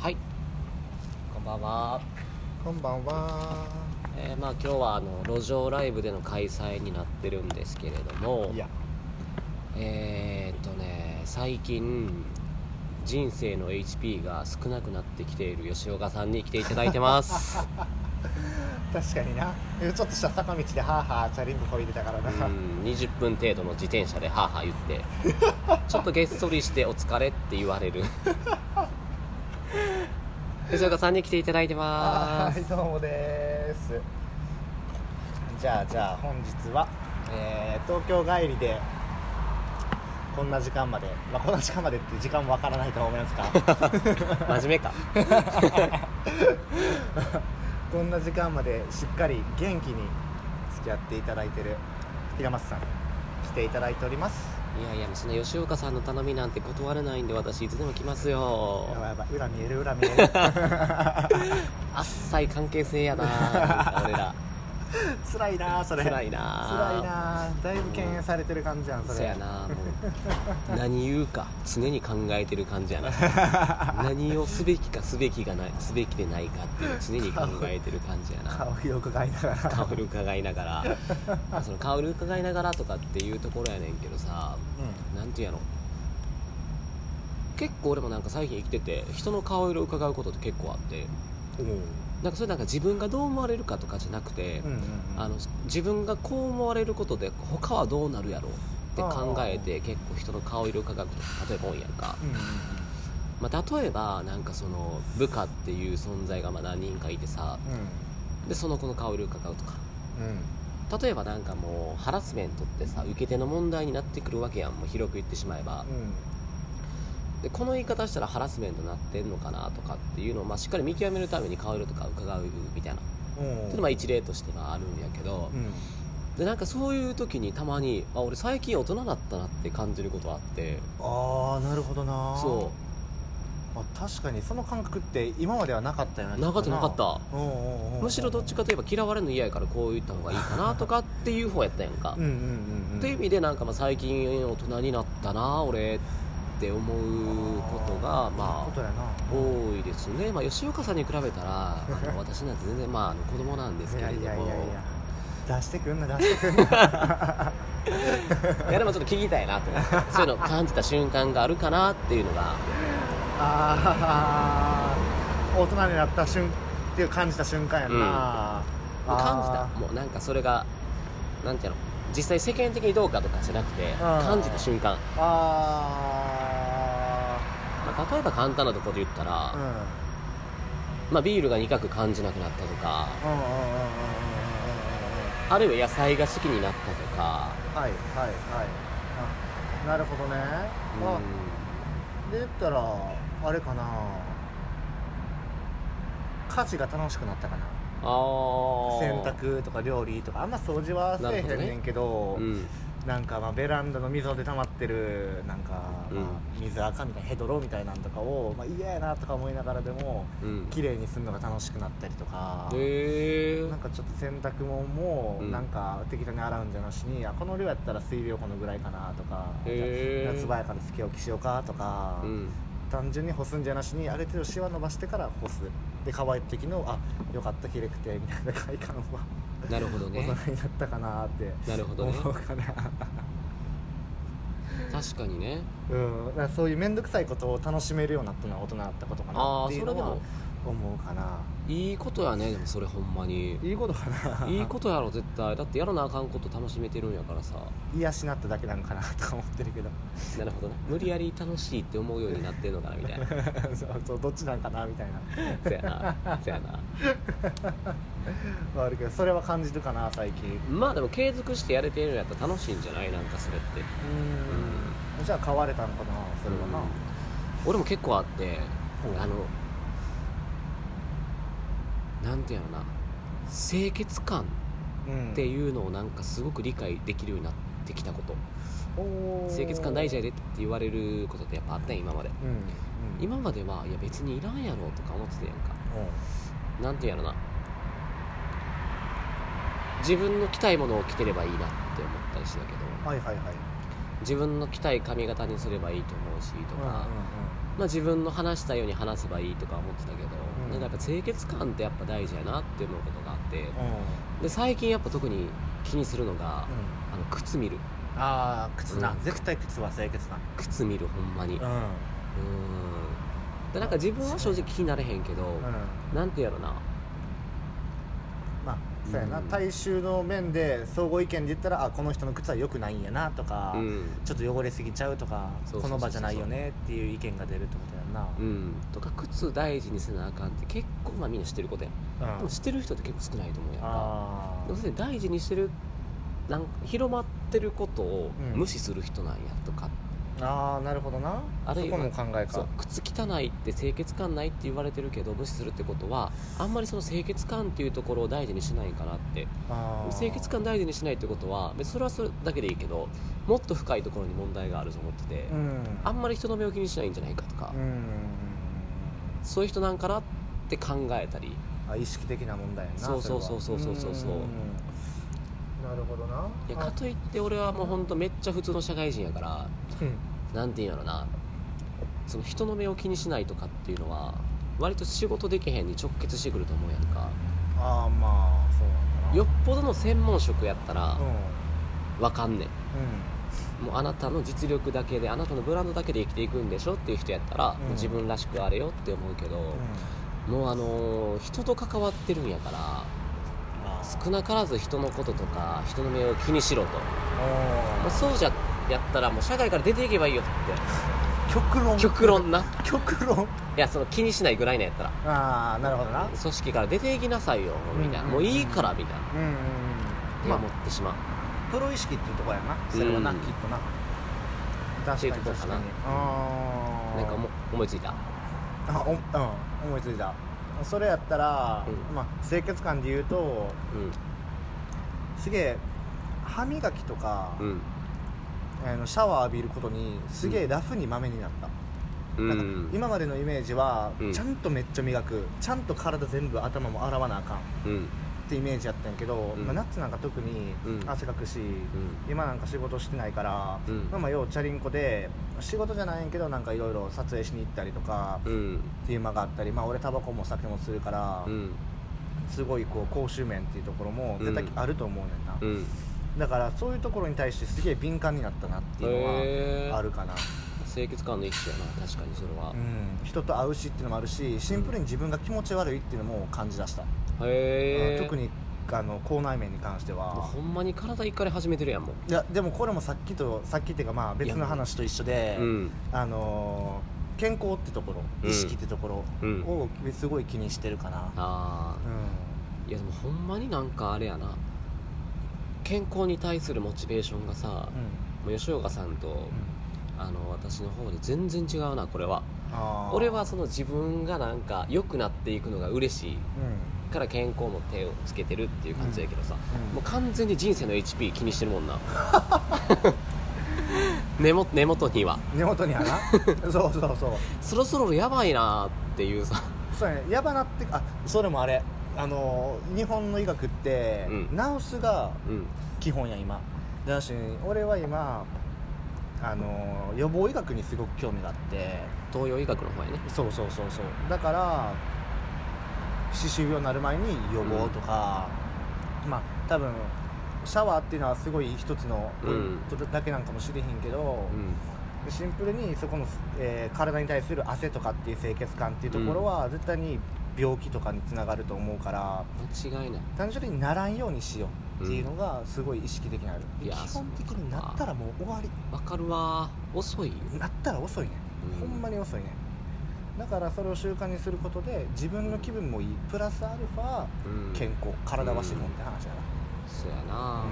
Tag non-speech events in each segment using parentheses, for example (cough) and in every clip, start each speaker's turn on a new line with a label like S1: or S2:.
S1: はいこんばんは、
S2: こんばんは。
S1: えーまあ、今日はあの路上ライブでの開催になってるんですけれども
S2: いや、
S1: えーっとね最近人生の HP が少なくなってきている吉岡さんに来ていただいてます
S2: (laughs) 確かにな。ちょっとした坂道でハーハーチャリンコこいでたから
S1: う
S2: な。
S1: ん20分程度の自転車でハーハー言って
S2: (laughs)
S1: ちょっとげっそりして「お疲れ」って言われる吉岡さんに来ていただいてま
S2: (laughs) は
S1: す
S2: い、どうもです。じゃあじゃあ本日は、えー東京帰りでこんな時間まで、まあこんな時間までって時間もわからないと思いま
S1: (laughs)
S2: すか。
S1: 真面目か
S2: こんな時間までしっかり元気に付き合っていただいてる平松さん来ていただいております。
S1: いやいやその吉岡さんの頼みなんて断れないんで私いつでも来ますよ
S2: やばいやばい、裏見える裏見える。
S1: あっさい関係性やななん
S2: (laughs)
S1: か俺ら
S2: 辛いなそれ。
S1: 辛いな
S2: 辛いなだいぶ敬遠されてる感じやんそれ
S1: そやなもう何言うか常に考えてる感じやな
S2: (laughs)
S1: 何をすべきかすべきがないすべきでないかっていうのを常に考えてる感じやな
S2: 顔色伺いながら
S1: 顔色伺いながらその顔色伺いながらとかっていうところやねんけどさなんていうやろ結構俺もなんか最近生きてて人の顔色伺うことって結構あって
S2: うんうん
S1: なんかそれなんか自分がどう思われるかとかじゃなくて、
S2: うんうん
S1: あの自分がこう思われることで他はどうなるやろうって考えて結構人の顔色を伺うこと例えば多いやんか、
S2: うんうん
S1: まあ、例えばなんかその部下っていう存在がまあ何人かいてさでその子の顔色を伺うとか
S2: うんうん
S1: 例えばなんかもうハラスメントってさ受け手の問題になってくるわけやんもう広く言ってしまえばでこの言い方したらハラスメントなってんのかなとかっていうのをまあしっかり見極めるために顔色とか伺うみたいな
S2: う
S1: ち
S2: ん
S1: ょっとまあ一例としてはあるんやけど、
S2: うん
S1: でなんかそういう時にたまにあ俺最近大人だったなって感じることあって
S2: ああなるほどな
S1: そ
S2: あ確かにその感覚って今まではなかったよね
S1: うなかったなかった
S2: うんうんうんうん
S1: むしろどっちかといえば嫌われるの嫌やからこう言った方がいいかなとかっていう方やったやんか
S2: うんうんうんうん
S1: っていう意味でなんかまあ最近大人になったな俺って思うことが
S2: そういう
S1: ま
S2: こ
S1: あ
S2: とやな
S1: 多いですね、まあ、吉岡さんに比べたらあの私なんて全然まああの子供なんです
S2: い
S1: けれ
S2: や
S1: ど
S2: い
S1: も
S2: やいやいや出してくんな出してくんな
S1: いやでもちょっと聞きたいなと思ってそういうのを感じた瞬間があるかなっていうのが
S2: ああ大人になった瞬っていう感じた瞬間やな、
S1: もう感じた
S2: あー
S1: もうなんかそれがなんていうの実際世間的にどうかとかじゃなくて
S2: ん
S1: 感じた瞬間、
S2: あ
S1: まあ、例えば簡単なところで言ったら
S2: あ、うんうんうんうんうん
S1: まあ、ビールが苦く感じなくなったとか
S2: うんうん
S1: あるいは野菜が好きになったとか
S2: はいはいはいあなるほどね、
S1: うん
S2: あで言ったらあれかな家事が楽しくなったかな
S1: あー
S2: 洗濯とか料理とかあんま掃除はせえへんねんけど
S1: うん
S2: なんかまあベランダの溝で溜まってるなんか
S1: うん
S2: まあ水垢みたいなヘドロみたいなんとかをまあ嫌やなとか思いながらでも
S1: うん
S2: 綺麗にするのが楽しくなったりとか、
S1: へえ
S2: なんかちょっと洗濯物も
S1: うん
S2: なんか適当に洗うんじゃなしに、あこの量やったら水量このぐらいかなとか、
S1: へー
S2: 夏場やからつけ置きしようかとか、
S1: うん
S2: 単純に干すんじゃなしにある程度シワ伸ばしてから干すで乾いた時のあよかったきれくてみたいな快感は
S1: なるほど
S2: 大 (laughs)
S1: ね
S2: 人になったかなって
S1: なるほどね
S2: 思うかな、
S1: 確かにね
S2: うん、だからそういう面倒くさいことを楽しめるようになったのは大人だったことかな
S1: あ
S2: っ
S1: あ
S2: てい
S1: そうれ
S2: の
S1: で
S2: は
S1: も
S2: 思うかない
S1: いことやねでもそれほんま
S2: (laughs)
S1: に
S2: いいことかな
S1: いいことやろ絶対だってやらなあかんこと楽しめてるんやからさ
S2: 癒しになっただけなんかなとか思ってるけど (laughs)
S1: なるほどね無理やり楽しいって思うようになってんのかなみたいな
S2: そうそうどっちなんかなみたいな
S1: (laughs) そやなそやな
S2: まああるけどそれは感じるかな最近
S1: まあでも継続してやれてるんやったら楽しいんじゃないなんかそれって
S2: うんじゃあ買われたのかなそれはな、
S1: うん俺も結構あって
S2: ほう
S1: あのなんていうのな清潔感
S2: うん
S1: っていうのをなんかすごく理解できるようになってきたこと清潔感大事や
S2: で
S1: でって言われることってやっぱあったんや今まで
S2: うん、うん、
S1: 今まではいや別にいらんやろとか思ってたやんかなんていうんやろな自分の着たいものを着てればいいなって思ったりしてたけど
S2: うんはいはいはい
S1: 自分の着たい髪型にすればいいと思うしと
S2: うんう
S1: か、
S2: ん
S1: まあ、自分の話したいように話せばいいとか思ってたけど、
S2: うん
S1: なんかやっぱ清潔感ってやっぱ大事やなって思うことがあってで最近やっぱ特に気にするのが、
S2: うん
S1: あの靴見る
S2: ああ靴な、
S1: うん
S2: 絶対靴は清潔感
S1: 靴見るほんまに、う
S2: うんん
S1: でなんか自分は正直気になれへんけど、
S2: うん
S1: なんてやろな
S2: まあそうやな、
S1: うん
S2: 大衆の面で相互意見で言ったらあこの人の靴は良くないんやなとか、
S1: うん、
S2: ちょっと汚れすぎちゃうとか
S1: そうそうそうそ
S2: こ
S1: う
S2: の場じゃないよねっていう意見が出るってことやんな
S1: うん、とか靴大事にせなあかんって結構まあみんな知ってることやん
S2: うん
S1: でも知ってる人って結構少ないと思うやんか
S2: あ
S1: 要するに大事にしてるなんか広まってることを
S2: うん
S1: 無視する人なんやとか、
S2: ーあーなるほどな
S1: あるいは
S2: そこの考え
S1: そう
S2: か
S1: 靴汚いって清潔感ないって言われてるけど無視するってことはあんまりその清潔感っていうところを大事にしないんかなって
S2: あー
S1: 清潔感大事にしないってことは別にそれはそれだけでいいけどもっと深いところに問題があると思ってて、
S2: うん
S1: あんまり人の目を気にしないんじゃないかとか、
S2: うん
S1: そういう人なんかなって考えたり
S2: あ意識的な問題やな
S1: そうそうそうそうそうそう
S2: れはんなるほどない
S1: やかといって俺はもうほんとめっちゃ普通の社会人やから
S2: うん
S1: なんていうんやろなその人の目を気にしないとかっていうのは割と仕事できへんに直結してくると思うやんか
S2: ああまあそうなんだな
S1: よっぽどの専門職やったら
S2: う
S1: わかんね
S2: ん
S1: んもうあなたの実力だけであなたのブランドだけで生きていくんでしょっていう人やったら、
S2: ん
S1: もう自分らしくあれよって思うけど、
S2: うんうん
S1: もうあのー人と関わってるんやから
S2: まあ
S1: 少なからず人のこととか人の目を気にしろと、まあ、そうじゃやったらもう社会から出ていけばいいよっ
S2: 極論
S1: て極論な
S2: 極論
S1: いやその気にしないぐらいのやったら
S2: ああなるほどな
S1: 組織から出ていきなさいよみたいな、
S2: うん
S1: もういいからみたいな、
S2: うんうん
S1: ま
S2: ま
S1: あ、
S2: あ
S1: 思ってしまう
S2: プロ意識っていうとこやなそれはな、
S1: うん
S2: きっとな確
S1: っていうとこかな
S2: あ
S1: なんかも思いついた
S2: あおうん思いついたそれやったら、
S1: うん
S2: まあ、清潔感で言うと
S1: う
S2: すげえ歯磨きとか、
S1: んうん
S2: あのシャワー浴びることにすげえラフにマメになった、
S1: う
S2: なん
S1: ん
S2: か今までのイメージは、
S1: うん
S2: ちゃんとめっちゃ磨くちゃんと体全部頭も洗わなあかんっ
S1: うん
S2: てイメージやったんやけど、
S1: ん
S2: まあ、ナッツなんか特に
S1: うん
S2: 汗かくし、
S1: うん
S2: 今なんか仕事してないから、
S1: うん
S2: まあまあようチャリンコで仕事じゃないんやけどなんかいろいろ撮影しに行ったりとか
S1: うん
S2: っていう間があったり、まあ、俺タバコも酒もするから、
S1: うん
S2: すごいこう公衆面っていうところも絶対
S1: うん
S2: あると思うねんな、
S1: うん
S2: だからそういうところに対してすげえ敏感になったなっていう
S1: へー
S2: のはあるかな、
S1: 清潔感の一種やな確かにそれは
S2: う、ん、人と会うしっていうのもあるしシンプルに自分が気持ち悪いっていうのも感じだした、
S1: へえ
S2: うん特にあの口内面に関して
S1: もう
S2: は
S1: ほんまに体いかれ始めてるやんもう
S2: いやでもこれもさっきとさっきっていうかまあ別の話と一緒で、
S1: うん
S2: あのー健康ってとこ
S1: う
S2: ろ
S1: ん
S2: 意識ってとこ
S1: う
S2: ろ
S1: ん
S2: をすごい気にしてるか
S1: あ
S2: な、うん
S1: あいやでもほんまになんかあれやな健康に対するモチベーションがさ、
S2: うん
S1: もう吉岡さんと、あの私の方で全然違うなこれは
S2: あー
S1: 俺はその自分がなんか良くなっていくのが嬉しい
S2: うん
S1: から健康も手をつけてるっていう感じだけどさ、
S2: うんうん
S1: もう完全に人生の HP 気にしてるもんな (laughs) 根元根元には
S2: 根
S1: (laughs)
S2: 元にはなそうそうそう
S1: そろそろやばいなっていうさ
S2: そうやねやばなってあそれもあれあのー日本の医学って、
S1: うん
S2: 治すが
S1: うん
S2: 基本や今だし俺は今あのー予防医学にすごく興味があって
S1: 東洋医学の方やね
S2: そうそうそうそうだから歯周病になる前に予防とか、まあ多分シャワーっていうのはすごい一つのポイントだけなんかもしれへんけど、シンプルにそこの、えー体に対する汗とかっていう清潔感っていうところは絶対に病気とかにつながると思うから
S1: うん間違いない
S2: 単純にならんようにしようっていうのがすごい意識的にある、
S1: うんいや
S2: 基本的になったらもう終わり
S1: わかるわ遅いよ
S2: なったら遅いね、
S1: うん
S2: ほんまに遅いねだからそれを習慣にすることで自分の気分もいいプラスアルファ
S1: うん
S2: 健康体は資本って話だ
S1: そや
S2: な
S1: な、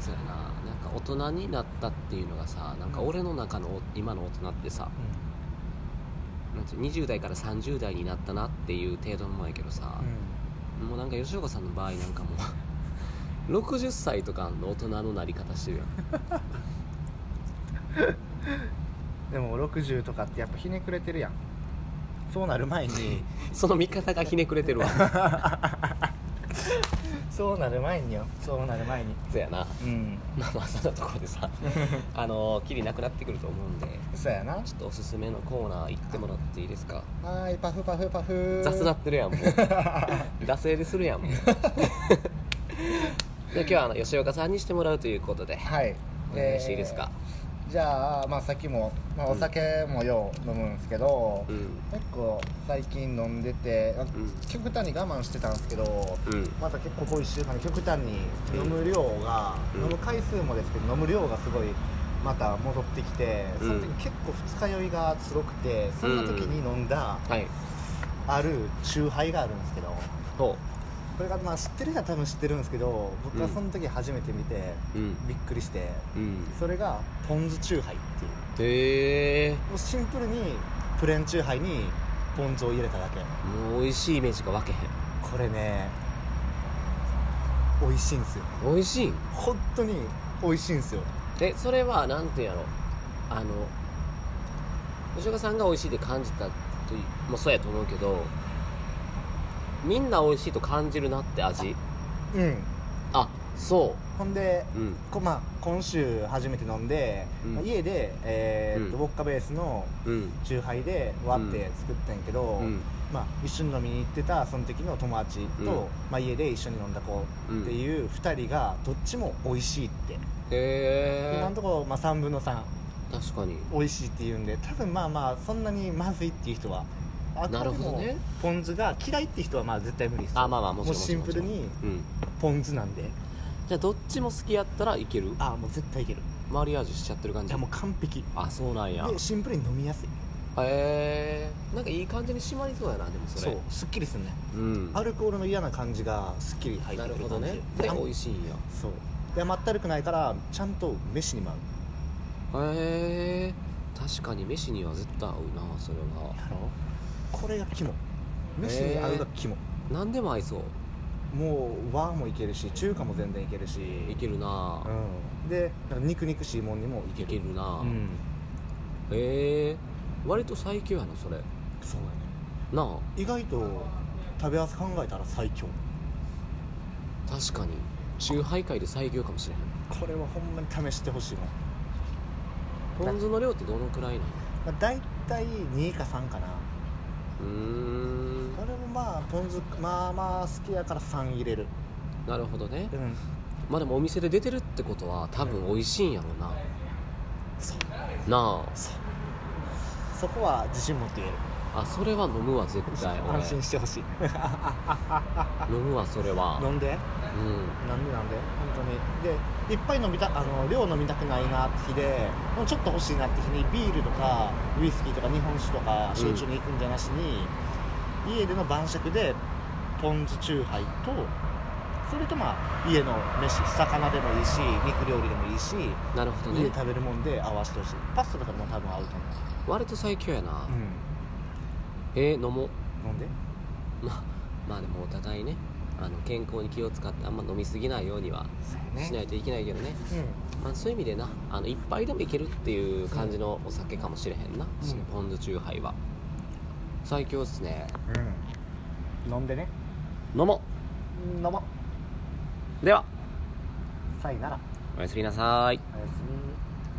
S1: そやななんか大人になったっていうのがさなんか俺の中の今の大人ってさなんていう20代から30代になったなっていう程度のもんやけどさ、もうなんか吉岡さんの場合なんかもう (laughs) 60歳とかの大人のなり方してるやん (laughs)
S2: うん、でも60とかってやっぱひねくれてるやんそうなる前に
S1: (laughs) その見方がひねくれてるわ
S2: そうなる前によそうなる前に
S1: そうやな
S2: うん
S1: まあまあそんなところでさ (laughs) あのきりなくなってくると思うんで
S2: そうやな
S1: ちょっとおすすめのコーナー行ってもらっていいですか
S2: はーいパフパフパフ
S1: 雑なってるや (laughs) んもう惰性でするや (laughs) んもうで今日はあの吉岡さんにしてもらうということで
S2: はい
S1: お願いしていいですか、
S2: えーじゃあまあさっきも、まあ、
S1: うん
S2: お酒もよう飲むんですけど、
S1: うん
S2: 結構最近飲んでて、あ
S1: ん
S2: 極端に我慢してたんですけど、
S1: うん
S2: また結構ここ1週間で極端に飲む量が、
S1: うん
S2: 飲む回数もですけど飲む量がすごいまた戻ってきて、
S1: うん
S2: その時結構二日酔いがすごくてそんな時に飲んだ、
S1: はい
S2: ある酎ハイがあるんですけど
S1: ほ
S2: これがまあ知ってる人は多分知ってるんですけど僕はその時初めて見て、
S1: ううん
S2: びっくりして
S1: うん
S2: それがポン酢チューハイっていう
S1: へえ
S2: もうシンプルにプレーンチューハイにポン酢を入れただけ
S1: もう美味しいイメージが分けへ
S2: これね美味しいんですよ
S1: ん美味しいん
S2: 本当に美味しいんですよ
S1: えそれはなんていうんやろあの吉岡さんが美味しいって感じたといもそうやと思うけどみんな美味しいと感じるなって味
S2: うん
S1: あそ
S2: ほんで
S1: ううん
S2: こ、まあ、今週初めて飲んで、
S1: うん
S2: まあ家で、えーっと
S1: うん
S2: ウォッカベースの
S1: うん
S2: チューハイで割って作ったんやけど、
S1: うん
S2: まあ、一緒に飲みに行ってたその時の友達
S1: う
S2: と、
S1: ん
S2: まあ、家で一緒に飲んだ子っていう2人がどっちも美味しいって、
S1: へ
S2: 今の
S1: え
S2: ところ、まあ、3分の3
S1: 確かに
S2: 美味しいって言うんで多分まあまあそんなにまずいっていう人はあ
S1: なるほどね
S2: でもポン酢が嫌いって人はまあ絶対無理ですよ
S1: あまあまあもちろん
S2: うシンプル
S1: もち
S2: に
S1: ろんうん
S2: ポン酢なんで
S1: じゃあどっちも好きやったらいける
S2: あもう絶対いける
S1: マリアージュしちゃってる感
S2: い
S1: じ
S2: やもう完璧
S1: あそうなんやへ
S2: でシンプルに飲みやすい
S1: えんかいい感じに締まりそうやなでもそ
S2: そ
S1: れ
S2: うすっきりするね
S1: うん
S2: アルコールの嫌な感じがすっきり入っ
S1: な
S2: てく
S1: る
S2: る
S1: ほ
S2: 感じ
S1: どねで
S2: あ
S1: 美味しいんや
S2: そうで甘ったるくないからちゃんと飯にも合う
S1: へえ確かに飯には絶対合うなそれは
S2: やろこれが肝飯に合うが肝、
S1: 何でも合いそう
S2: もう和もいけるし中華も全然いけるし
S1: いけるな
S2: うん、でなんか肉肉しいもんにもいけ
S1: い
S2: る
S1: けるな
S2: うん
S1: へえ割と最強やなそれ
S2: そうだ
S1: な
S2: ね
S1: あ
S2: 意外と食べ合わせ考えたら最強
S1: 確かに中杯会で最強かもしれへん
S2: これはほんまに試してほしいもん、
S1: ポン酢の量ってどのくらいなの
S2: まあ、大体2か3かな
S1: うーん
S2: 俺もまあポン酢まあまあ好きやから3入れる
S1: なるほどね
S2: うん
S1: まあでもお店で出てるってことは多分美味しいんやろうな
S2: そう
S1: な
S2: そうそこは自信持って言える
S1: ああそれは飲むわ絶対俺
S2: 安心してほしい
S1: 飲むわそれは
S2: 飲んで
S1: う
S2: なんでなんで本当にでいっぱい飲みたあの量飲みたくないなって日ででもちょっと欲しいなって日にビールとかウイスキーとか日本酒とか焼酎に行くんじゃなしに、家での晩酌でポン酢チューハイとそれとまあ家の飯魚でもいいし肉料理でもいいし
S1: んなるほど
S2: 家
S1: ね
S2: で食べるもんで合わせてほしいパスタとかも多分合うと思
S1: 割と最強やな
S2: う、
S1: えー飲もう (laughs)
S2: うん、飲んで
S1: まあまあでもお互いねあの健康に気を使ってあんま飲みすぎないようには
S2: そう
S1: しないといけないけどねまあ、そういう意味でなあの一杯でもいけるっていう感じのお酒かもしれへんな、
S2: うん
S1: そのポン酢チューハイは最強っすね
S2: うん、うん、飲んでね
S1: 飲も
S2: 飲もう
S1: うでは
S2: さいなら
S1: おやすみなさい
S2: おやすみ